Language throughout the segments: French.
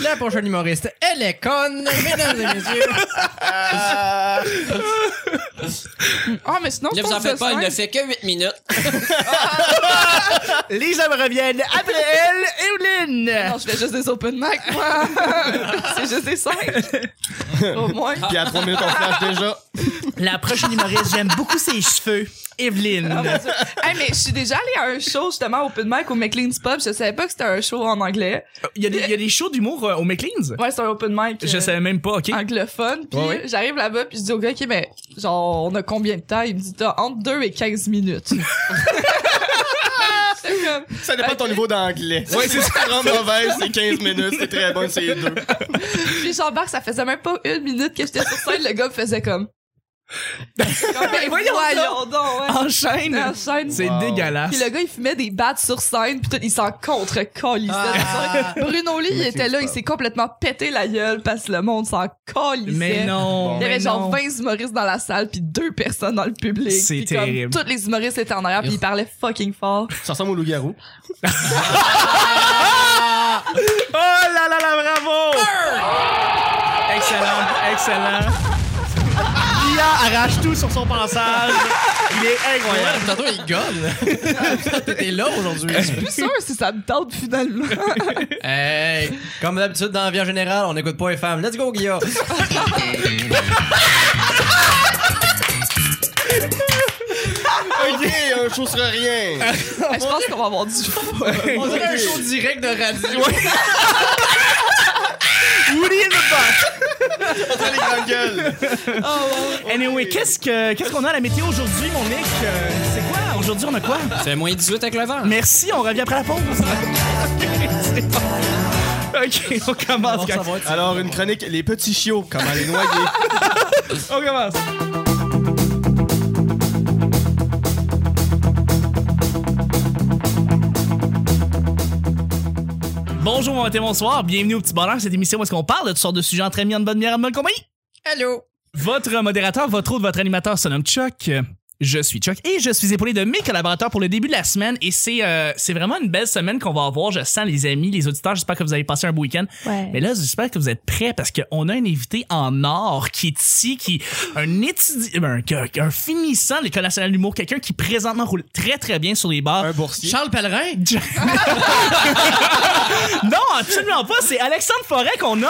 La prochaine humoriste, elle est conne, mesdames et messieurs. Ah, mais sinon, Ne je vous en pense faites pas, que il le ne cinq- fait que 8 minutes. Les hommes reviennent après elle, Evelyne! Non, je fais juste des open mic, moi. C'est juste des cinq. Au moins. Ah, Puis à 3 minutes, on flash déjà. La prochaine humoriste, j'aime beaucoup ses cheveux. Ah, mon Evelyne. Dieu. Hey, mais je suis déjà allée à un show justement open mic au McLean's Pub. Je savais pas que c'était un show en anglais. Il y, a des- il y a des shows d'humour euh, au McLean's? Ouais, c'est un open mic. Je euh, savais même pas, ok? anglophone. Puis Ouais, ouais. j'arrive là-bas, puis je dis au gars, OK, mais genre, on a combien de temps? Il me dit, t'as entre 2 et 15 minutes. C'est comme, Ça dépend de ton niveau d'anglais. Ouais, c'est ça. Rendre mauvaise, c'est 15 minutes. C'est très bon, c'est 2. puis j'embarque, ça faisait même pas une minute que j'étais sur scène, le gars me faisait comme. comme ben, voyons Ah, voyons, donc, ouais. Enchaîne! En scène. Ah, C'est Wow. dégueulasse. Puis le gars, il fumait des battes sur scène, puis tout, il s'en contre-colissait. Bruno Lee, il Mais était c'est là, il super. s'est complètement pété la gueule parce que le monde s'en colissait. Mais non. Il y mais avait genre non. 20 humoristes dans la salle, puis deux personnes dans le public. C'est Puis comme, terrible. Tous les humoristes étaient en arrière, puis ils parlaient fucking fort. Ça ressemble au loup-garou. Ah! Oh là là là, bravo! Excellent, excellent. Lia arrache tout sur son passage. Il est incroyable. Tantôt, il gueule. T'étais là aujourd'hui. Je suis sûr si ça me tente finalement. Hey, comme d'habitude dans la vie en général, on n'écoute pas les femmes. Let's go, Guillaume. Ok, un show sera rien. je pense qu'on va avoir du fun. On dirait un show direct de radio. Woody in the box. On dirait les grandes gueules. Anyway, qu'est-ce que qu'est-ce qu'on a à la météo aujourd'hui, mon Nick? Euh, C'est quoi? Aujourd'hui, on a quoi? C'est moins 18 avec le vent. Merci, on revient après la pause. Ok, c'est bon. Ok, on commence. guys. Alors, une chronique, les petits chiots, comment les noyer. On commence. Bonjour, bon matin, bonsoir. Bienvenue au Petit Bonheur, cette émission où est-ce qu'on parle de toutes sortes de sujets entre amis, en bonne bière, en bonne compagnie. Allô. Votre modérateur, votre autre, votre animateur se nomme Chuck. Euh, Je suis Chuck et je suis épaulé de mes collaborateurs pour le début de la semaine et c'est euh, c'est vraiment une belle semaine qu'on va avoir. Je sens les amis, les auditeurs, j'espère que vous avez passé un beau week-end. Mais là, j'espère que vous êtes prêts parce qu'on a un invité en or qui est ici, qui un euh, ben, étudiant, un, un finissant de l'École nationale d'humour, quelqu'un qui présentement roule très très bien sur les bars. Un boursier. Charles Pellerin. Non, absolument pas, c'est Alexandre Forêt qu'on a.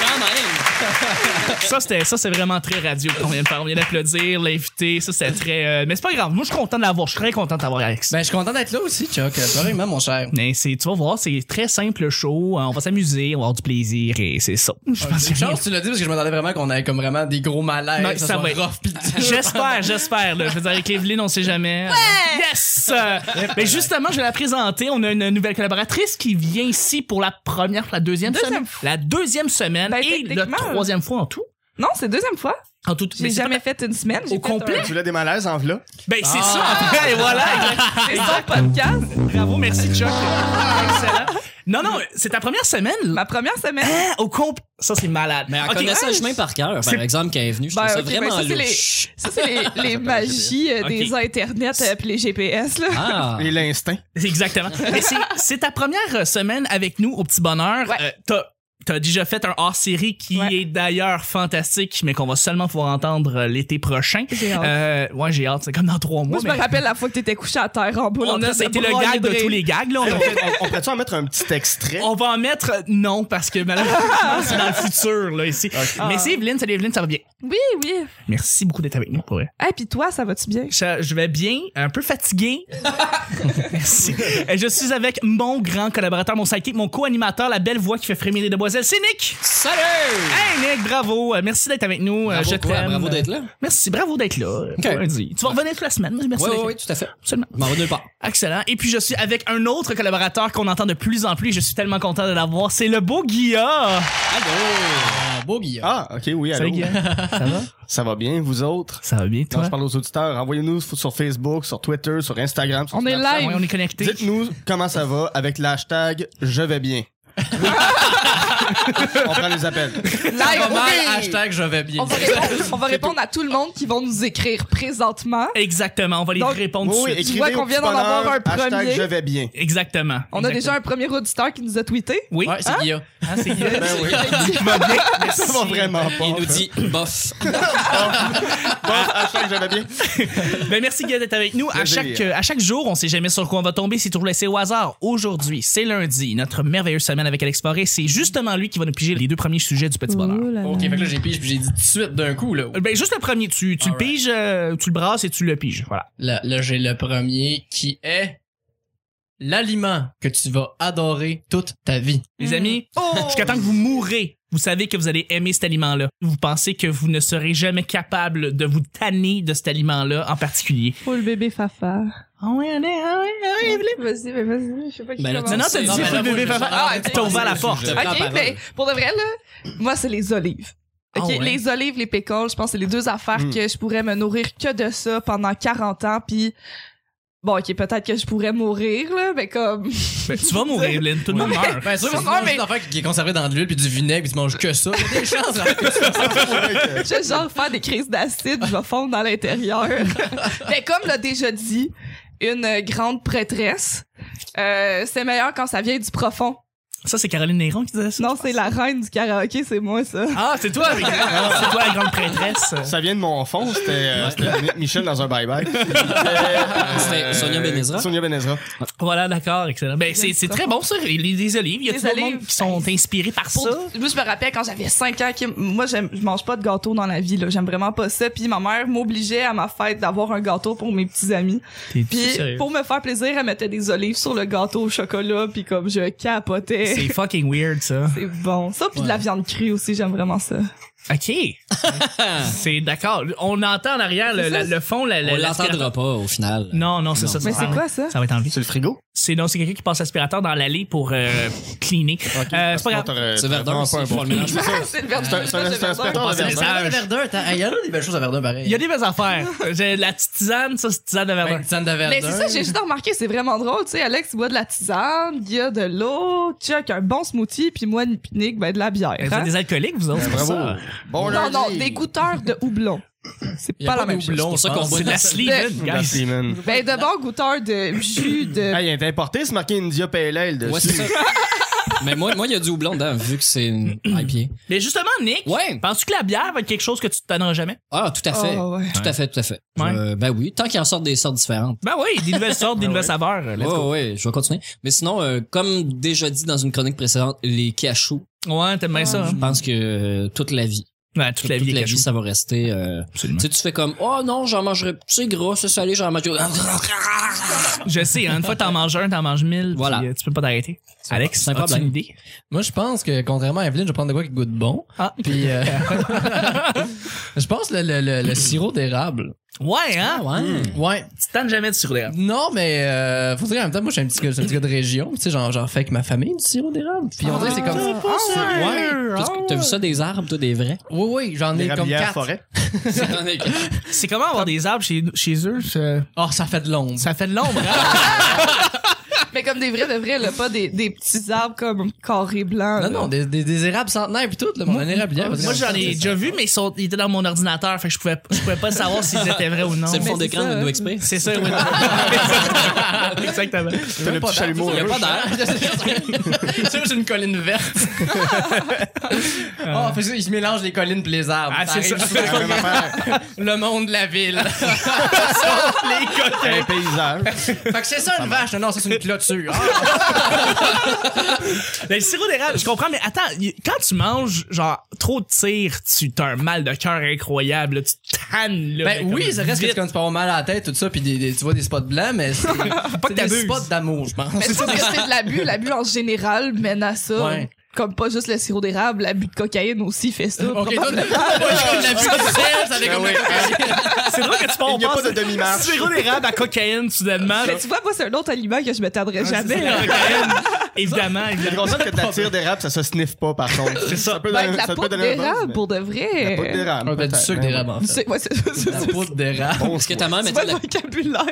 Quand même. Ça, c'était, ça, c'est vraiment très radio qu'on vient de faire. On vient d'applaudir, l'invité. Ça, c'était très. euh, mais c'est pas grave. Moi, je suis content de l'avoir. Je suis très content d'avoir Alex. Ben, je suis content d'être là aussi, Chuck. Pareillement, mon cher. Mais c'est, tu vas voir, c'est très simple le show. Euh, On va s'amuser, on va avoir du plaisir et c'est ça. Je pense que rien. Charles, tu l'as dit parce que je m'attendais vraiment qu'on ait comme vraiment des gros malaises. Non, que ça, ça soit va être- rough pis dur. J'espère, j'espère. là. Je veux dire, avec Evelyne, on sait jamais. Ouais! Yes! Euh, Mais justement, je vais la présenter. On a une nouvelle collaboratrice qui vient ici pour la première, la deuxième, Deuxième semaine. fois. La deuxième semaine Ben, et la techniquement. troisième fois en tout. Non, c'est deuxième fois. En tout, mais J'ai c'est jamais pas- fait une semaine. j'ai Au fait complet? Tu voulais des malaises en v'là? Ben, c'est ça, en ah! fait. Et voilà, un- C'est son podcast. Bravo, merci Chuck. Excellent. Non, non, c'est ta première semaine. Ma première semaine. Hein, au compte. Ça, c'est malade. Mais elle Ok. connaissait ouais, le chemin par cœur, par exemple, quand elle est venue. Je Ben, trouve ça ok, ben, vraiment ça, c'est les- louche. Ça, c'est les, les magies euh, des internets euh, puis les GPS, là. Ah. Et l'instinct. C'est Exactement. Mais c'est- c'est ta première euh, semaine avec nous au Petit Bonheur. Ouais. Euh, T'as t'as déjà fait un hors-série qui Ouais. est d'ailleurs fantastique, mais qu'on va seulement pouvoir entendre euh, l'été prochain. J'ai hâte. Euh, ouais, j'ai hâte. C'est comme dans trois mois. Moi, je me mais rappelle la fois que t'étais couché à terre en boule. on a, Oh, ça a été le gag de tous les gags. Là. On, a fait- On, on pourrait-tu en mettre un petit extrait? on va en mettre euh, non parce que malheureusement, c'est dans le futur là, ici. Mais c'est Evelyne, salut Evelyne, ça va bien. Oui, oui. Merci beaucoup d'être avec nous pour vrai. Et puis toi, ça va-tu bien? Je, je vais bien, un peu fatigué. Merci. Euh, Je suis avec mon grand collaborateur, mon sidekick, mon co-animateur, la belle voix qui fait frémir les demoiselles, c'est Nick. Salut! Hey Nick, bravo. Euh, Merci d'être avec nous. Euh, Bravo je quoi, t'aime. Bravo d'être là. Merci, bravo d'être là. Pour un dit. Tu vas revenir toute la semaine. Merci. Oui, d'être oui, là. oui, tout à fait. Absolument. Je m'en vais nulle part. Excellent. Et puis je suis avec un autre collaborateur qu'on entend de plus en plus. Je suis tellement content de l'avoir. C'est le beau Guilla. Allô. Beau Guillaume. Ah, ok, oui, allô. Salut Guilla. Ça va? Ça va bien, vous autres? Ça va bien Non, toi? je parle aux auditeurs. Envoyez-nous sur Facebook, sur Twitter, sur Instagram. sur On est Snapchat. live. Ouais, on est connectés. Dites-nous comment ça va avec l'hashtag Je vais bien. On prend les appels. Ça Live, va Ah, mal, oui. hashtag je vais bien. On va, répondre, on va répondre à tout le monde qui vont nous écrire présentement. Exactement, on va les Donc, répondre Oui, tout de oui, suite. écrivez vois qu'on au petit vient d'en bonheur, avoir un hashtag premier. je vais bien. Exactement. On a déjà un premier auditeur qui nous a tweeté. Oui, Ouais, c'est Hein? Guilla. Ah, c'est Ben oui. Ça va vraiment pas. Il nous hein? dit bof. Bon, hashtag je vais bien. Ben, merci Guy d'être avec nous. À Plaisir. chaque, euh, à chaque jour, on sait jamais sur quoi on va tomber. C'est toujours laissé au hasard. Aujourd'hui, c'est lundi, notre merveilleuse semaine avec Alex Forêt. C'est justement lui qui va nous piger les deux premiers sujets du petit bonheur. Ok, fait que là, j'ai pige, puis j'ai dit tout de suite d'un coup, là. Ben, juste le premier, tu, tu le Alright. piges, euh, tu le brasses et tu le piges. Voilà. Là, là, j'ai le premier qui est l'aliment que tu vas adorer toute ta vie. Les amis, Oh! jusqu'à temps que vous mourrez, vous savez que vous allez aimer cet aliment-là. Vous pensez que vous ne serez jamais capable de vous tanner de cet aliment-là en particulier. Faut le bébé Fafa. Ah ouais, allez, ah ouais, ah ouais. Vas-y, mais vas-y, je sais pas qui Ben là, commence. Non, non, t'as Non, dit mais faut le là, bébé moi, papa. je- Ah, tu t'as ouvert la porte. Je- prends la Ok, parole. mais pour de vrai, là, moi, c'est les olives. Ah Ok, ouais? Les olives, les pécoles, je pense que c'est les deux affaires Mm. que je pourrais me nourrir que de ça pendant 40 ans, puis bon, ok, peut-être que je pourrais mourir, là, mais comme... Ben, tu vas mourir, Lynn, tout le monde meurt. Ben, c'est sûr, C'est parce que vrai, mais- tu manges une affaire qui est conservée dans de l'huile puis du vinaigre puis tu manges que ça. Il y a des chances, en fait, que ça. Je vais genre faire des crises d'acide, je vais fondre dans l'intérieur. Mais comme l'a déjà dit une grande prêtresse, euh, c'est meilleur quand ça vient du profond. Ça, c'est Caroline Néron qui disait ça. Non, c'est la reine du karaoké, c'est moi ça. Ah, c'est toi, mais- c'est toi la grande prêtresse. Ça vient de mon fond, c'était euh, c'était Mi- Michel dans un bye-bye. Euh, C'était Sonia Benezra. Sonia Benezra. Voilà, d'accord, excellent. Ben, c'est, c'est très bon, ça, les, les olives. Il y a Les tout le monde olives. Ben, qui sont inspirés par ça. Pour- Moi, je me rappelle quand j'avais 5 ans, que moi, j'aime- je mange pas de gâteau dans la vie, là. J'aime vraiment pas ça. Puis ma mère m'obligeait à ma fête d'avoir un gâteau pour mes petits amis. T'es Puis pour me faire plaisir, elle mettait des olives sur le gâteau au chocolat, puis comme je capotais. C'est fucking weird, ça. C'est bon. Ça, puis de la viande crue aussi, j'aime vraiment ça. OK. c'est d'accord. On entend en arrière le, C'est ça, la- le fond. La, la- On l'aspirateur. l'entendra pas au final. Non, non, c'est Non. ça. ça Mais va c'est enlever. quoi ça? Ça va être enlevé. C'est le frigo? C'est, non, c'est quelqu'un qui passe aspirateur dans l'allée pour euh, cleaner. Euh, c'est pas grave. C'est Verdun, C'est c'est un pour bon le mélange. c'est le verdun. C'est un- c'est un- Moi, c'est un j'aime aspirateur ça. de verdun. Ah, le Verdun, t'as- hey, il y en a des belles choses à Verdun, pareil. Il y a des belles affaires. J'ai la petite tisane, ça, c'est tisane de Ben, verdun. une tisane de Verdun. Mais c'est ça, j'ai juste remarqué, c'est vraiment drôle, tu sais, Alex il boit de la tisane, il y a de l'eau, Chuck un bon smoothie, puis moi une pinique, ben de la bière. Vous hein. êtes des alcooliques, vous autres, c'est pour ça. Ben, Bravo. Bon Non, lundi. non, des goûteurs de houblon. C'est Il y a pas la de même chose. houblon, pour ça je qu'on pense. boit C'est de la Sleeven, La guys. Seaman. Ben, de bons goûteurs de jus de. Ah, il est importé, c'est marqué India Pale Ale Euh, dessus. Ouais, c'est ça. Mais moi, moi, il y a du houblon dedans, vu que c'est une Hmm. IPA. Mais justement, Nick, Ouais. penses-tu que la bière va être quelque chose que tu te donneras jamais? Ah, tout à fait. Oh, ouais. Tout à fait, tout à fait. Ouais. Euh, ben oui, tant qu'il en sortent des sortes différentes. Ben oui, des nouvelles sortes, des nouvelles saveurs. euh, Let's Oh, ouais, go. ouais, je vais continuer. Mais sinon, euh, comme déjà dit dans une chronique précédente, les cachous, Ouais, t'aimes bien ça. je hein? pense que euh, toute la vie, Ouais, toute la vie, les cachous. ça va rester. euh, Absolument. tu sais, tu fais comme, oh non, j'en mangerai, c'est gras, c'est salé, j'en mangerai. Je sais, hein, une fois t'en manges un, t'en manges mille. Voilà. Voilà. tu peux pas t'arrêter. Alex, c'est un as-tu problème. une idée? Moi, je pense que, contrairement à Evelyn, je vais prendre de quoi qui goûte bon. Ah. Puis, euh, je pense le, le, le, le sirop d'érable. Hmm. Ouais, hein? ouais. Ouais. Tu te tannes jamais de sirop d'érable. Non, mais euh, faut dire en même temps, moi, je suis un petit gars, je suis un petit gars de région. Tu sais, j'en, j'en fais avec ma famille du sirop d'érable. Puis, on dirait que c'est comme. Ah, ouais. Ouais. T'as- T'as vu ça des arbres, toi, des vrais? Oui, oui, j'en ai Les comme rabières quatre. forêt. C'est comment avoir des arbres chez, chez eux? Ça, Oh, ça fait de l'ombre. ça fait de l'ombre, hein? Mais comme des vrais, de vrais, là, pas des, des petits arbres comme carrés blancs. Non, non, des, des, des érables centenaires puis tout, là, mon érablière. Moi, j'en ai déjà vu, mais ils, sont, ils étaient dans mon ordinateur, fait que je pouvais, je pouvais pas savoir s'ils étaient vrais ou non. C'est le fond mais d'écran c'est de ça. Windows XP. C'est ça, oui. Exactement. T'as le petit chalumeau. Il n'y a rouge. pas d'air. C'est juste une colline verte. oh, parce qu'ils se mélangent les collines pis les arbres. Ah, c'est arrive ça. souvent. La même affaire. Le monde de la ville. Les Un paysage. fait que c'est ça une vache. Non, non, ça c'est une clôture. Ah, Ben, le sirop d'érable, je comprends, mais attends, y- quand tu manges, genre, trop de tirs, tu t'as un mal de cœur incroyable, là, tu te tannes, là. ben mais oui, comme ça reste que vite. tu commences pas avoir mal à la tête, tout ça, puis des, des- tu vois des spots blancs, mais c'est que c'est des t'abuses. spots d'amour, je pense. Mais je pense que c'est de l'abus. L'abus en général mène à ça. Ouais. Comme pas juste le sirop d'érable, l'abus de cocaïne aussi fait ça. Ok, toi, Probable- la ça fait comme Ben oui. C'est drôle que tu pars Il n'y a pas de demi-marche. Sirop d'érable à cocaïne, soudainement. Ah, Mais tu vois, moi, Ah, c'est un autre aliment que je m'étendrais jamais jamais. la cocaïne. évidemment, évidemment. C'est concept que problème. ta tire d'érable, ça se sniffe pas, par contre. C'est ça. peut Ben, donner- avec la ça peut poudre donner un buzz, d'érable, mais- pour de vrai. La poudre d'érable. On a ben, du peut-être, sucre mais- Ben d'érable, en Tu fait. sais, ouais, c'est c'est- c'est- La c'est- poudre d'érable. Bon, Est-ce que ta mère c'est mettait pas de le la, vocabulaire.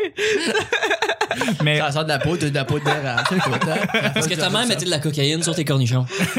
Mais Ça sort de la poudre, de hein, la poudre d'érable. C'est content. est-ce que ta mère mettait de la cocaïne sur tes cornichons? Ah,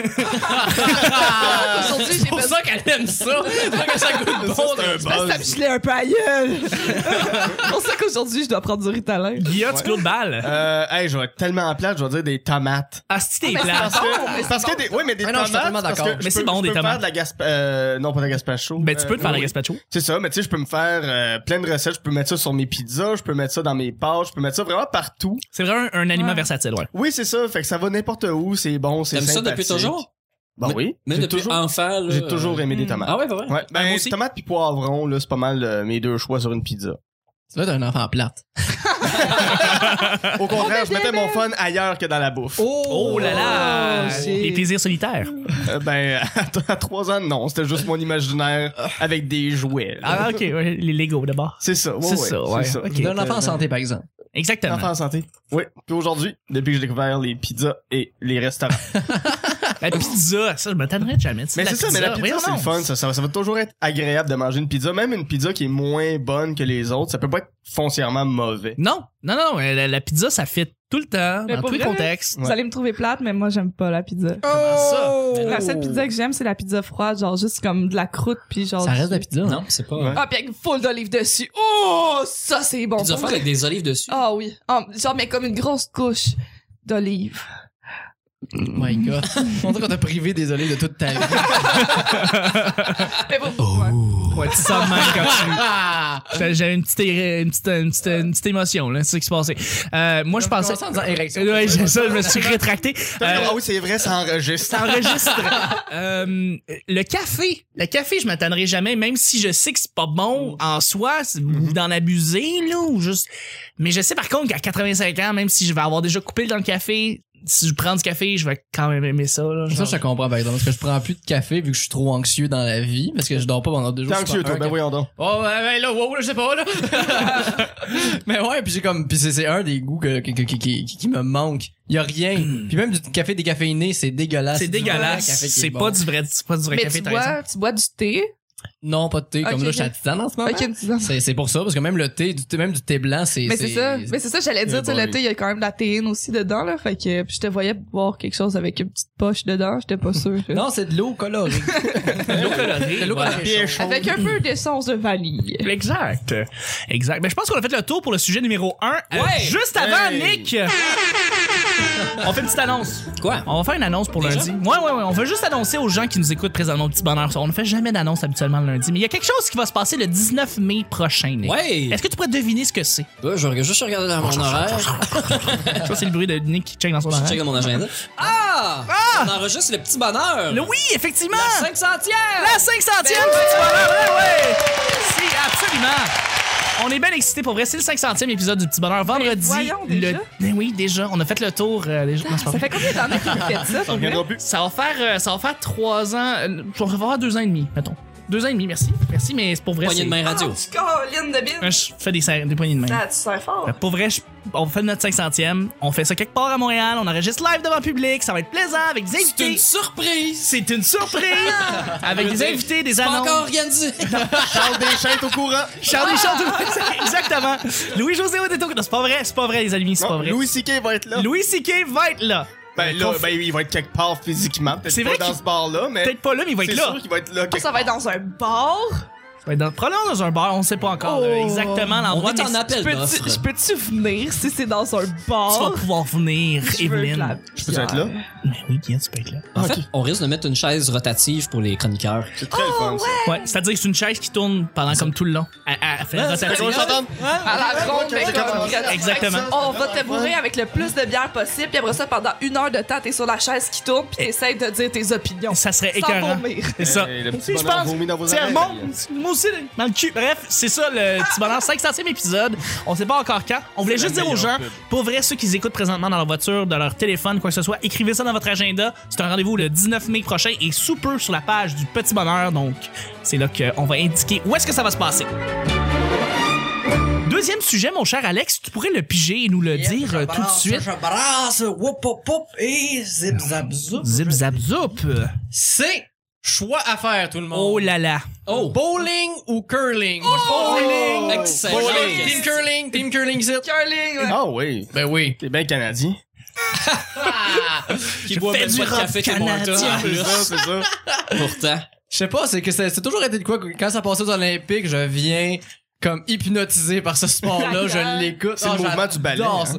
Aujourd'hui, Ah, C'est j'ai pour besoin ça qu'elle aime ça. C'est pour ça que ça goûte bon. c'est un dans- ça me gelait un peu à gueule. C'est pour ça qu'aujourd'hui, je dois prendre du ritalin. Guilla, tu clôt de balle. Euh, hey, je vais être tellement plate, je vais dire des tomates. Asti, t'es mais plat. Parce que, parce que des, oui, mais des Ah non, je tomates. suis totalement parce que d'accord. je Mais c'est peux- bon, je des peux me tomates. faire de la gasp... euh, non, pas de la gazpacho. Ben, tu peux te faire la la gazpacho. C'est ça, mais tu sais, je peux me faire euh, plein de recettes. Je peux mettre ça sur mes pizzas, je peux mettre ça dans mes pâtes, je peux mettre ça vraiment partout. C'est vraiment un, un aliment Ouais. versatile, ouais. Oui, c'est ça. Fait que ça va n'importe où, c'est bon, c'est T'aimes ça depuis sympathique. toujours? Ben oui. Même j'ai depuis toujours, enfant, là. j'ai toujours euh, aimé des Hmm. tomates. Ah ouais, bah ouais. Ouais, moi ben, aussi. tomates puis poivrons, là, c'est pas mal euh, mes deux choix sur une pizza. Tu dois être un enfant plate. Au contraire, Oh, je mettais bébé, mon fun ailleurs que dans la bouffe. Oh, Oh là là! Oh, j'ai- Les plaisirs solitaires. Euh, ben, à trois ans, non, c'était juste mon imaginaire avec des jouets. là. Ah, ok, ouais, les Lego d'abord. C'est ça, ouais, C'est ça, ouais. C'est ça. Ok. D'un enfant en santé, par exemple. Exactement. Enfant en santé. Oui. Puis aujourd'hui, depuis que j'ai découvert les pizzas et les restaurants. La pizza, ça, je me tannerais de jamais. de Mais c'est ça, mais la pizza, voyons c'est le donc. fun. Ça, ça, va- ça va toujours être agréable de manger une pizza. Même une pizza qui est moins bonne que les autres, ça peut pas être foncièrement mauvais. Non, non, non, euh, la, la pizza, ça fit tout le temps, Mais dans pour tous les vrai? contextes. Vous allez me trouver plate, mais moi, j'aime pas la pizza. La seule pizza que j'aime, c'est la pizza froide, genre juste comme de la croûte, puis genre. Ça reste de la pizza. hein? Non, c'est pas. Ouais. Ah, puis avec une foule d'olives dessus. Oh, ça, c'est bon. Pizza Pour frite vrai. avec des olives dessus. Ah oui. Ah, genre, mais comme une grosse couche d'olives. Oh my god. On dirait qu'on t'a privé, désolé, de toute ta vie. Ah, Mais bon, ouais. Ouais, tu sens de même quand tu- Ah! J'avais- J'avais une petite, é- une, petite, une, petite, une petite émotion, là, c'est ce qui se passait. Euh, moi, je pensais. commencé en disant érection. Ouais, j'ai ça, je me suis rétracté. Euh, Ah oui, c'est vrai, ça enregistre. ça enregistre. Euh, le café. Le café, je m'attendrai jamais, même si je sais que c'est pas bon en soi, c'est- ou d'en abuser, là, ou juste. Mais je sais par contre qu'à 85 ans, même si je vais avoir déjà coupé dans le café, si je prends du café, je vais quand même aimer ça, là. Ça, genre. je te comprends, par exemple, parce que je prends plus de café vu que je suis trop anxieux dans la vie, parce que je dors pas pendant deux jours. T'es anxieux, je prends toi. Ben un café. voyons donc. Oh, ouais, ouais, là, wow, là, je sais pas, là. mais ouais, puis j'ai comme, puis c'est, c'est un des goûts que, que- que- qui, qui, qui me manque. Y a rien. Puis même du café décaféiné, Hmm. Ah, c'est dégueulasse. C'est du vrai dégueulasse. café qui est C'est bon. pas du vrai, c'est pas du vrai Mais café, tu t'as bois, raison. tu bois du thé. Non, pas de thé, Ok, comme là, ok. je suis à Titan en ce moment. Ok, une petite- C'est, c'est pour ça, parce que même le thé, du thé, même du thé blanc, c'est, Mais c'est ça, mais c'est ça, j'allais dire, Eh tu sais, boy. le thé, il y a quand même de la théine aussi dedans, là, fait que, puis je te voyais boire quelque chose avec une petite poche dedans, j'étais pas sûre. là. Non, c'est de l'eau colorée. L'eau colorée, de l'eau ouais. colorée. Bien chaude. chaud. Avec un peu d'essence de vanille. Exact. Exact. Ben, je pense qu'on a fait le tour pour le sujet numéro 1. Ouais. juste avant, Hey. Nick! On fait une petite annonce. Quoi? On va faire une annonce pour Déjà? lundi. Ouais, ouais, ouais. On veut juste annoncer aux gens qui nous écoutent présentement au petit bonheur. On ne fait jamais d'annonce habituellement le lundi. Mais il y a quelque chose qui va se passer le 19 mai prochain, Nick. Ouais! Est-ce que tu pourrais deviner ce que c'est? Là, je regarde- juste regarder dans mon horaire. Ça, c'est le bruit de Nick qui check dans son Je oreille. check dans mon agenda. Ah! On enregistre le petit bonheur! Le- Oui, effectivement! Ah. La 500e! La 500e petit bonheur, ben ouais, ouais. Ben C'est absolument. On est bien excités pour vrai. C'est le 500e épisode du Petit Bonheur. Vendredi. Ben voyons, le- déjà? Ah, Mais oui, déjà. On a fait le tour. euh, des- non, c'est pas Ça vrai. fait combien d'années que tu fais ça, Ça pour vrai? reviendra plus. ça va faire, euh, ça va faire trois ans. euh, on va avoir deux ans et demi, mettons. Deux ans et demi, merci. Merci, mais c'est pour vrai. Poignée de c'est- main radio. colline de bine! Moi, Je fais des, serres- des poignées de main. Ah, tu sers fort! Fait Pour vrai, je- on fait notre 500e. On fait ça quelque part à Montréal. On enregistre live devant le public. Ça va être plaisant avec des C'est une invités. surprise! C'est une surprise! avec des invités, des Pas annonces. encore organisé! Charles Deschamps est au courant. Charlie Ah! Chantou. Exactement. Louis-José Audeto. Non, c'est pas vrai, c'est pas vrai, les amis, c'est Non, pas vrai. Louis C.K. va être là. Louis C.K. va être là. Ben Le là, conf- ben, il va être quelque part physiquement. Peut-être C'est pas vrai dans qu'il- ce bar-là, mais. Peut-être pas là, mais il va être Eh, C'est là. sûr qu'il va être là quelque Ça va être dans un bar? Ça va être dans- Probablement dans un bar, on sait pas encore là, Oh. exactement l'endroit. On est en mais- appel. Je Quelle peux-tu- offre. Je peux-tu venir si c'est dans un Tu vas bar? pouvoir venir, Je veux que la Evelyne. Je peux être là? Mais oui, Guillaume, tu peux être là. En fait, on risque de mettre une chaise rotative pour les chroniqueurs. C'est très le fun, ça. Ouais, c'est-à-dire que c'est une chaise qui tourne pendant comme tout le long. Elle, elle Ben, fait la Ouais, c'est Fait rotation. qu'on s'entend? À la ronde, mais comme gratuit. Exactement. On va te bourrer avec le plus de bière possible, puis après ça, pendant une heure de temps, t'es sur la chaise qui tourne, puis t'essayes de dire tes opinions. Oh, Ça serait Sans écœurant. vomir. C'est ça. Hey, le petit Si je bonheur pense, vomi dans vos c'est un oreilles, monde, moi aussi, dans le cul. Bref, c'est ça le petit bonheur 500e épisode. On sait pas encore quand. On voulait C'est juste la dire aux gens, meilleure pub. pour vrai, ceux qui écoutent présentement dans leur voiture, dans leur téléphone, quoi que ce soit, écrivez ça dans votre agenda. C'est un rendez-vous le 19 mai prochain et sous peu sur la page du petit bonheur. Donc, c'est là qu'on va indiquer où est-ce que ça va se passer. Deuxième sujet, mon cher Alex, tu pourrais le piger et nous le dire euh, tout de suite. brasse, whoop, whoop, whoop, et zip, zap, zoup. Zip zap zoup. C'est choix à faire, tout le monde. Oh là là. Oh. Bowling ou curling? Moi, je pense Oh! bowling. Excellent. Moi, je pense Bowling. Team curling, team curling, zip. Curling, ouais. Ah oui. Ben oui. T'es bien canadien. Qui boit fais même du pas de rock café, t'es canadien. mortel, en Ah, C'est plus. ça, c'est ça. Ah, Pourtant. Je sais pas, c'est que c'est c'est toujours été de quoi que quand ça passait aux Olympiques, je viens comme hypnotisé par ce sport-là, je l'écoute. C'est le Ah, mouvement du ballet, j'adore hein. ça.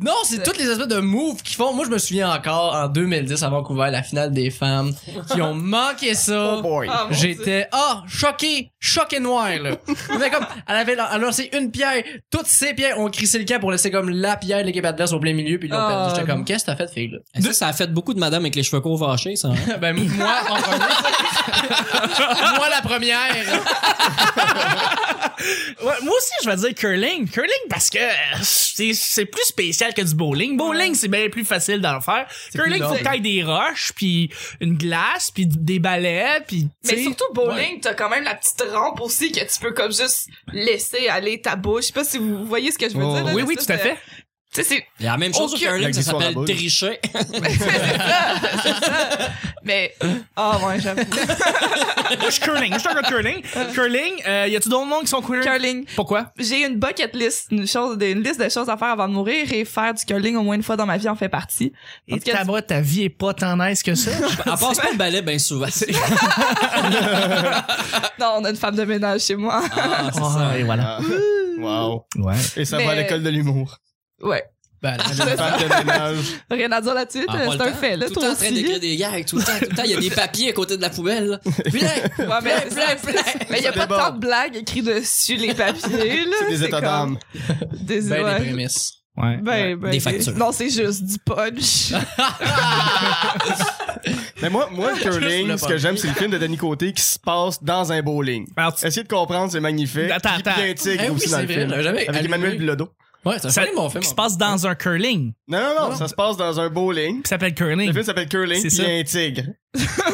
Non, c'est toutes les espèces de moves qu'ils font. Moi, je me souviens encore en 2010 à Vancouver, la finale des femmes, qui ont manqué ça. Oh boy. Ah, mon Dieu. J'étais ah choqué, choqué noir là. Mais comme elle avait elle a lancé une pierre, toutes ses pierres ont crissé le camp pour laisser comme la pierre de l'équipe adverse au plein milieu puis ils l'ont Ah, perdu. J'étais non. comme qu'est-ce que t'as fait fille là Ça, ça a fait beaucoup de madame avec les cheveux courts vachés, ça. hein? Ben moi en premier. moi la première. Ouais, moi aussi, je vais dire curling. Curling parce que euh, c'est c'est plus spécial que du bowling. Bowling, c'est bien plus facile d'en faire. Curling, plus faut long. que t'ailles des roches, puis une glace, puis des balais, puis... tu Mais sais. surtout bowling, t'as quand même la petite rampe aussi que tu peux comme juste laisser aller ta bouche. Je sais pas si vous voyez ce que je veux Oh, dire. là, Oui, oui, l'espèce tout à de- fait. Tu sais, c'est- Et La même chose Aucune- au curling, Avec ça des soirs à s'appelle boule. tricher. c'est ça, c'est ça. Mais ah ouais, j'avoue. Moi, je suis curling. Moi, je suis un gars de curling. curling, euh, y a-tu d'autres monde qui sont queer? curling. Pourquoi? J'ai une bucket list, une chose, une liste de choses à faire avant de mourir et faire du curling au moins une fois dans ma vie en fait partie. Et Parce que- ta, ta vie est pas tant nice que ça. Elle passe pas le balai bien souvent. Ah, Non, on a une femme de ménage chez moi. Ah, c'est ça. et voilà. Ah. Wow. Ouais. Et ça Mais- va à l'école de l'humour. Ouais, Ben, Femme de ménage. rien à dire là-dessus. Ah, pas c'est le un temps. fait là, Tout le toi temps en train aussi. d'écrire des gags, tout le temps, tout le temps. Il y a des papiers à côté de la poubelle, là. Viens! Ouais, mais Plein, c'est ça. Mais il y a Ça pas déborde. tant de blagues écrites dessus les papiers là. C'est des états comme- d'âme. Des ben ouais. les prémices. Ouais. Ben, ben, Des factures. Non, c'est juste du punch. Mais moi, moi, le Je curling, l'ai ce pas que vu. j'aime, c'est le film de Danny Côté qui se passe dans un bowling. Alors, tu- Essayez de comprendre, c'est magnifique. Ah. Attends, Puis attends. bien tigre Eh oui, aussi dans c'est le vrai, film. j'avais Avec allumé. Emmanuel Bilodeau. Ouais, ça Ça- fait mon film. qui se passe dans un curling, Non, non, non, ça se passe dans un bowling. qui s'appelle Le curling. film s'appelle Curling, C'est puis ça. un tigre.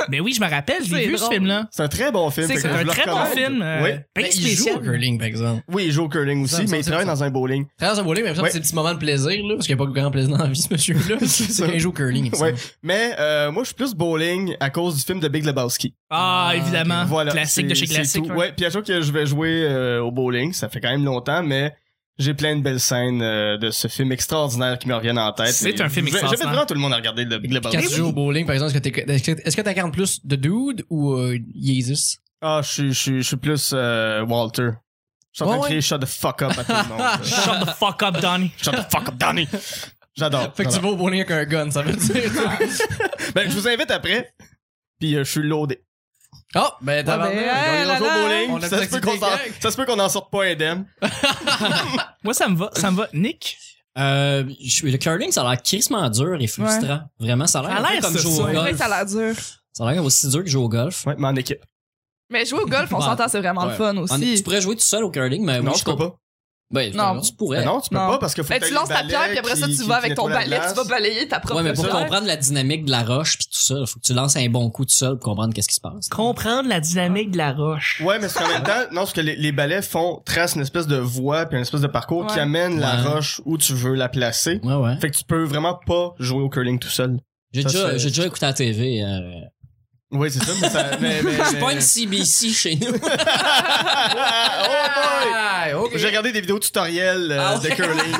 Mais oui, je me rappelle, j'ai C'est vu ce drôle. film-là. C'est un très bon film. C'est fait que c'est je un le très bon recommande. film. euh, Oui. bien Ben, il joue au spécial. curling, par exemple. Oui, il joue au curling Ça, aussi, ça, mais il ça, travaille ça. dans un bowling. Très un bowling, mais ça, Ouais. c'est des petits moments de plaisir, là, parce qu'il n'y a pas grand plaisir dans la vie, ce monsieur-là. c'est qu'il joue au curling. il me Ouais. semble. Mais euh, moi, je suis plus bowling à cause du film de Big Lebowski. Ah, Ah, évidemment. Voilà. classique c'est- de chez c'est classique. hein. tout. ouais. Ouais. Puis à chaque fois que je vais jouer euh, au bowling, ça fait quand même longtemps, mais j'ai plein de belles scènes euh, de ce film extraordinaire qui me reviennent en tête. C'est Et un film j'ai- extraordinaire. J'invite vraiment tout le monde à regarder le Big Quand Lebowski. tu joues au bowling, par exemple, est-ce que t'es- est-ce que- est-ce que t'incarnes plus de dude ou euh, Jesus? Ah, je suis- je suis je suis plus euh, Walter. Je suis en train Ouais, de crier Shut the fuck up à tout le monde. Shut the fuck up, Donnie. Shut the fuck up, Danny! J'adore. Fait que tu j'adore. vas au bowling avec un gun, ça veut dire. Ben, je vous invite après. Puis euh, je suis loadé. oh, ben t'as mais, hey, là, On joue au là. bowling, On a ça, se peut-être peut qu'on des s'en- gags. ça se peut qu'on en sorte pas indemne. Moi, ça me va. Ça me va. Nick? Euh, je suis- le curling, ça a l'air crissement dur et frustrant. Vraiment, ça a l'air Ça a un peu l'air, comme ça, jouer ça. au C'est vrai que golf. ça a l'air dur. Ça a l'air aussi dur que jouer au golf. Ouais, mais en équipe. Ah Mais jouer au golf, on Ouais. s'entend, c'est vraiment le Ouais. fun En- tu aussi. pourrais jouer tout seul au curling, mais non, moi, je peux comprends- pas. Ben, Non. tu pourrais. Ben non, tu peux Non. pas parce que faut Ben, que tu t'aies lances le ta pierre, balai puis après ça, qui- tu qui vas avec nettoie ton la balai, tu glace. vas balayer ta propre Ouais, mais pour pierre. comprendre la dynamique de la roche puis tout ça, là, faut que tu lances un bon coup tout seul pour comprendre qu'est-ce qui se passe. Comprendre la dynamique de la roche. Ouais, mais c'est en même temps, non, parce que les, les balais font, tracent une espèce de voie puis une espèce de parcours qui Ouais. amène la Ouais. roche où tu veux la placer. Ouais, ouais. Fait que tu peux vraiment pas jouer au curling tout seul. J'ai Ça, déjà, c'est- j'ai déjà écouté à la TV. euh, Oui, c'est ça, mais ça. mais, mais, Je mais- pas une CBC chez nous. Ah, oh boy! Ah, ok. J'ai regardé des vidéos tutoriels euh, Ah ouais. de curling.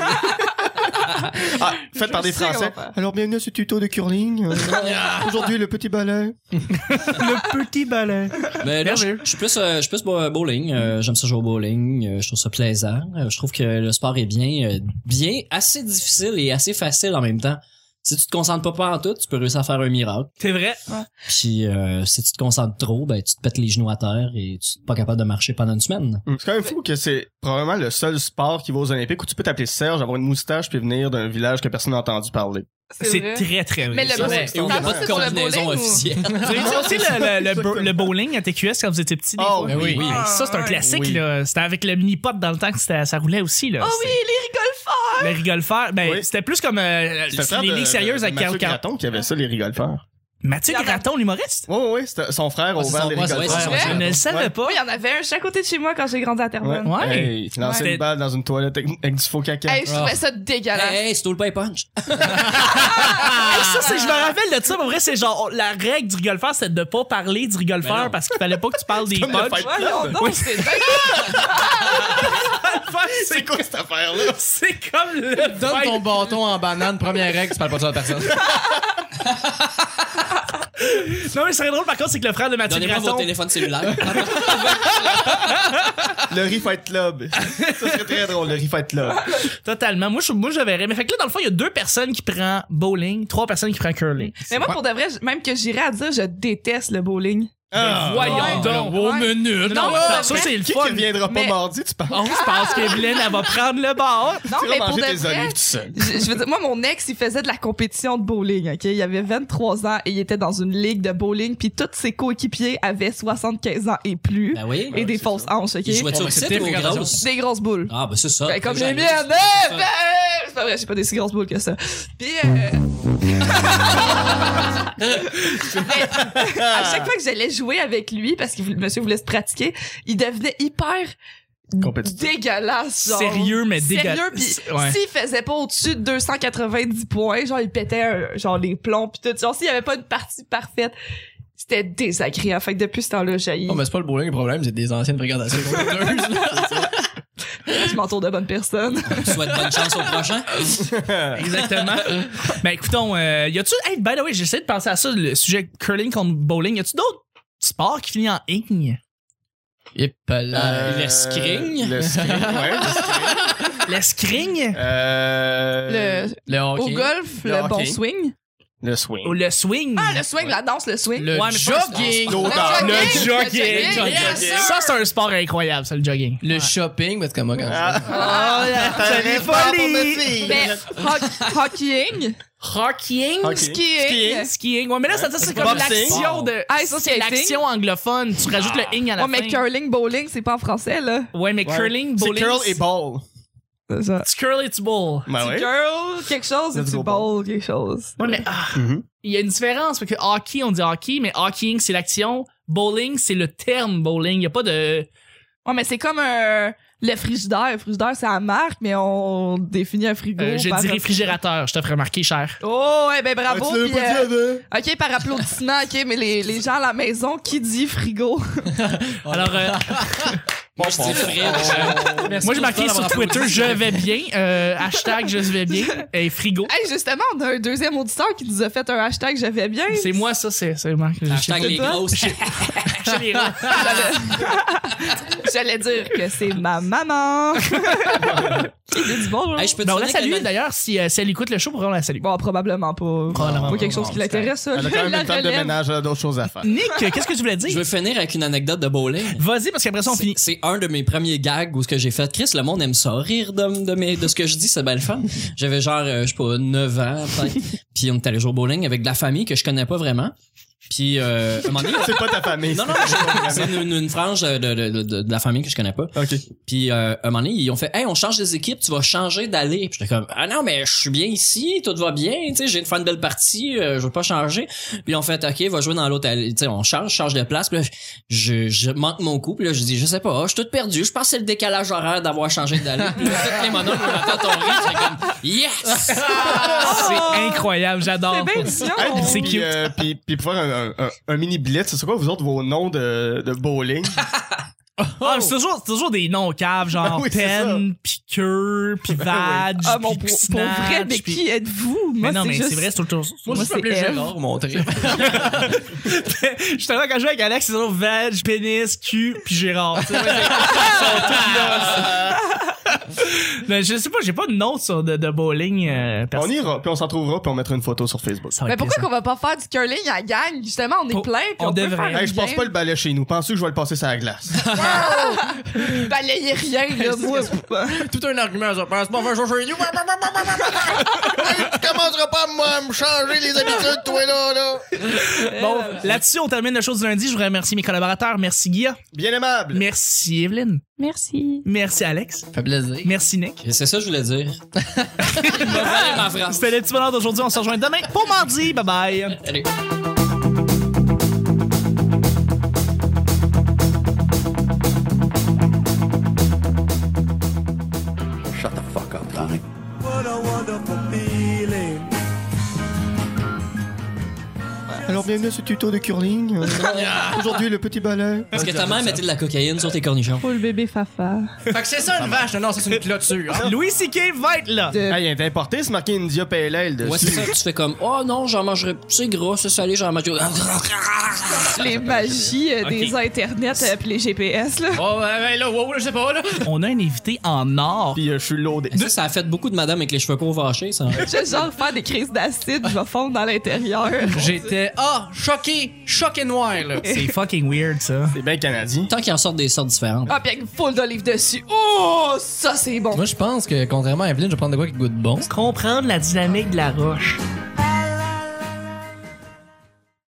ah, faites par Je des sais Français. comment faire. Alors, bienvenue à ce tuto de curling. Euh, Aujourd'hui, le petit balai. Le petit balai. Mais là, je Merveilleux. je suis plus, euh, je suis plus bo- bowling. Euh, J'aime ça jouer au bowling. Euh, je trouve ça plaisant. Euh, je trouve que le sport est bien, euh, bien assez difficile et assez facile en même temps. Si tu te concentres pas pas en tout, tu peux réussir à faire un miracle. C'est vrai. Puis euh, si tu te concentres trop, ben tu te pètes les genoux à terre et tu n'es pas capable de marcher pendant une semaine. C'est quand même fou que c'est probablement le seul sport qui va aux Olympiques où tu peux t'appeler Serge, avoir une moustache puis venir d'un village que personne n'a entendu parler. C'est C'est vrai. très, très vrai. Mais le Ça, bowling, c'est- c'est dans le fond, c'est sur le combinaison bowling ou- officielle. Vous avez déjà aussi le, le- le bo- le bowling à TQS quand vous étiez petit des Oh, fois? ben oui. Oui. Ah, Ça, c'est un ouais. classique, Oui. là. C'était avec le mini-pot dans le temps que c'était- ça roulait aussi, là. Oh oui, C'était- les rigolfeurs! Le rigolfeur. Ben, Oui. c'était plus comme euh, C'était le c'est frère les de- ligues sérieuses de- de avec Carl Mathieu Carl. Graton qui avait ça, les rigolfeurs. Mathieu Il y en a- Graton, l'humoriste? Oui, oui, c'était son frère Ah, au c'est verre son- des ouais, c'est rigoles. son frère. Je ne le savais pas. Moi, il y en avait un juste à côté de chez moi quand j'ai grandi à Terrebonne. Ouais. Hey, il lançait Ouais. une balle dans une toilette avec, avec du faux caca. Hey, je trouvais ça dégueulasse. Hey, hey, c'est tout le pay punch. Hey, Ah, ça, c'est, je me rappelle de ça. Pour vrai, c'est genre, la règle du rigoleur, c'est de pas parler du Ben non. rigoleur parce qu'il fallait pas que tu parles des comme le punchs. Fight Ouais, non, non, c'est dingue. C'est quoi cette affaire-là? C'est comme le Donne fight ton bâton en banane, première règle, tu parles pas de ça à personne. Non, mais ce serait drôle, par contre, c'est que le frère de Mathieu Donnez-moi Graton. votre téléphone cellulaire. Le Refight Club. ça serait très drôle, le Refight Club. Totalement. Moi, je, moi, je verrais. Mais fait que là, dans le fond, il y a deux personnes qui prennent bowling, trois personnes qui prennent curling. Mais moi, pour de vrai, même que j'irais à dire, je déteste le bowling. Ah, Voyons ouais. donc. Wow, Ouais. minute. Non, Non, ça, mais- ça, c'est le qui fun. qui viendra pas Mais- mardi, tu parles? Oh, je pense qu'Evelyne, elle va prendre le bord. Non, tu mais vas pour de manger tes vrai, olives tout seul. je, je veux dire, moi, mon ex, il faisait de la compétition de bowling, OK? Il avait 23 ans et il était dans une ligue de bowling, puis tous ses coéquipiers avaient 75 ans et plus, Ben oui. et des c'est fausses hanches, OK? Il jouait Ouais, au mais site c'était ou aux fréquentation. grosses? Des grosses boules. Ah, ben c'est ça. Ben, comme J'ai les miennes, jamais- hein, ben, c'est pas vrai, j'ai pas des si grosses boules que ça. Puis, euh, Mais, à chaque fois que j'allais jouer avec lui, parce que le monsieur voulait se pratiquer, il devenait hyper Compétitif. dégueulasse, genre. Sérieux, mais dégueulasse. Sérieux, puis Ouais. s'il faisait pas au-dessus de 290 points, genre, il pétait, euh, genre, les plombs, puis tout. Genre, s'il y avait pas une partie parfaite, c'était désagréable. Fait que depuis ce temps-là, j'ai Oh, Non, mais c'est pas le bowling le problème, c'est des anciennes fréquentations. je m'entoure de bonnes personnes. Je souhaite bonne chance au prochain. Exactement. ben, écoutons, euh, y a-tu. Hey, by the way, j'essaie de penser à ça, le sujet curling contre bowling. Y a-tu d'autres sports qui finissent en ing? Et Euh, le scring. Le scring, ouais. le scring. Le scring? Euh, Le, Le Au hockey. golf, le, Le bon hockey. swing. le Ou swing. le swing? Ah, le swing, la danse, le swing. Le Ouais, mais pas le jogging. L'odeur. Le Le jogging. jogging. Le jogging. Yes, sir. Ça, c'est un sport incroyable, ça, le jogging. Le shopping, parce que moi, quand Ah, Ah, ça n'est pas pour folie. me dire. Mais ho- hockeying, Hockeying. Hockey. skiing. Skiing. Skiing. Ouais, mais là, ça, ça, c'est comme Boxing. l'action de. Ah, ça, C'est skating. l'action anglophone. Tu rajoutes le ing à la Ouais, mais fin. curling, bowling, c'est pas en français, là. Ouais, mais Ouais. curling, C'est bowling. curl et ball. C'est ça. C'est curl it's ball. Ben Tu ouais. curl quelque chose et Let's tu go bowl quelque chose. Ouais, mais ah, Mhm. il y a une différence parce que hockey, on dit hockey, mais hockeying, c'est l'action. Bowling, c'est le terme bowling. Il n'y a pas de. euh, Ouais, mais c'est comme un... Le frigidaire. Le frigidaire, c'est la marque, mais on définit un frigo. Euh, je par- dis réfrigérateur, je te ferai remarquer, cher. Oh, ouais, ben bravo. Ah, tu l'avais puis, pas dit euh, avant? OK, par applaudissement, OK, mais les, les gens à la maison, qui dit frigo? Alors, euh, Moi, je dis Fred. même. moi, j'ai marqué sur Twitter, je vais bien. euh, hashtag, je vais bien. Et frigo. hey, justement, on a un deuxième auditeur qui nous a fait un hashtag « Je vais bien ». C'est moi, ça, c'est c'est moi. Hashtag les grosses. Chez les rats. J'allais dire que c'est ma maman. Qui dit du bon, hein? Hey, je peux te Ben, on la dire qu'elle salue a- d'ailleurs. Si, euh, si elle écoute le show, on la salue. Bon, probablement pas. Probablement pas quelque pas, chose non, qui l'intéresse, ça. Elle a quand même La une femme de relève. ménage, elle a d'autres choses à faire. Nick, euh, qu'est-ce que tu voulais Je dire? veux finir avec une anecdote de bowling. Vas-y, parce qu'après ça, on C'est- finit. C'est un de mes premiers gags où ce que j'ai fait. Chris, le monde aime ça rire de, de, mes- de ce que je dis, c'est bien le fun. J'avais genre, euh, je sais pas, 9 ans, peut-être. Puis on était allé jouer au bowling avec de la famille que je connais pas vraiment. Puis, euh, à un moment donné, C'est pas ta famille. non, non, je- c'est une, une frange de, de, de, de- de la famille que je connais pas. OK. Puis euh, à un moment donné, ils ont fait Hey, on change des équipes, tu vas changer d'aller. Puis j'étais comme Ah non, mais je suis bien ici, tout va bien, tu sais, j'ai une fin de belle partie, euh, je veux pas changer. Puis on fait OK, va jouer dans l'autre allée. Tu sais, on change, change de place. Puis là, je, je manque mon coup. Puis là, je dis Je sais pas, ah, je suis tout perdu. Je pense que c'est le décalage horaire d'avoir changé d'aller. Puis là, toutes les mononcles me mettent à ton rire. J'étais comme Yes! Ah, C'est incroyable, j'adore. C'est bien oh. mignon. Hey, puis- C'est puis, cute. euh, puis, puis pour faire un, un- un- un mini blitz, c'est quoi vous autres vos noms de, de bowling? Ah, c'est toujours, c'est toujours des noms caves, genre Ben oui, c'est Pen, puis Cœur, puis Vag, Ah, mon puis pour, Snatch, pour vrai, mais puis- qui êtes-vous? Mais Moi, non, c'est mais juste... c'est vrai, c'est toujours... Moi, je Moi, m'appelais c'est Eve. Gérard, mon trip. Justement, quand je joue avec Alex, c'est toujours Vag, Pénis, Q, puis Gérard. Tu sais, ouais, c'est- Ils sont tous là. Mais je sais pas, j'ai pas de nom sur de, de bowling. euh, on perso. ira, puis on s'en trouvera, puis on mettra une photo sur Facebook. Ça va Mais être pourquoi plaisant. qu'on va pas faire du curling à gang? Justement, on est On- plein, puis on on, peut devrait. faire Hey, je passe pas le balai chez nous. Pensez que je vais le passer sur la glace. Wow! Balayez rien, là, moi. Tout un argument, ça pense. Bon, va jouer chez nous. tu commenceras pas moi, à me changer les habitudes, toi là, là. Bon, là-dessus, on termine la chose du lundi. Je voudrais remercier mes collaborateurs. Merci Guilla. Bien aimable. Merci Evelyne. Merci. Merci, Alex. Fait plaisir. Merci, Nick. Et C'est ça que je voulais dire. Il m'a volé ma phrase. C'était le petit bonheur d'aujourd'hui. On se rejoint demain pour mardi. Bye bye. Allez. Alors bienvenue à ce tuto de curling. Euh, Aujourd'hui le petit balai. Est-ce que ta mère mettait de la cocaïne sur tes cornichons? Pour le bébé Fafa. Fait que c'est ça une vache. Non, non, ça, c'est une clôture. hein. Louis C.K. va être là. Ah, il est importé, c'est marqué India Pale Ale Ouais, c'est dessus. ça. Tu fais comme, oh non, j'en mangerai. C'est gras, c'est salé, j'en mangerai. Les magies euh, des internets euh, pis les GPS, là. Oh, ouais, ouais, là, wow, là, je sais pas, là. On a un invité en or. Puis euh, je suis loadé. Ça, ça a fait beaucoup de madame avec les cheveux courts fâchés, ça. Je vais genre faire des crises d'acide, je vais fondre dans l'intérieur. J'étais, ah, choqué, choqué noir, là. C'est fucking weird, ça. C'est bien canadien. Tant qu'il en sortent des sortes différentes. Ah, pis avec une foule d'olives dessus. Oh, ça c'est bon. Moi, je pense que, contrairement à Evelyn, je vais prendre de quoi qui goûte bon. Comprendre la dynamique de la roche.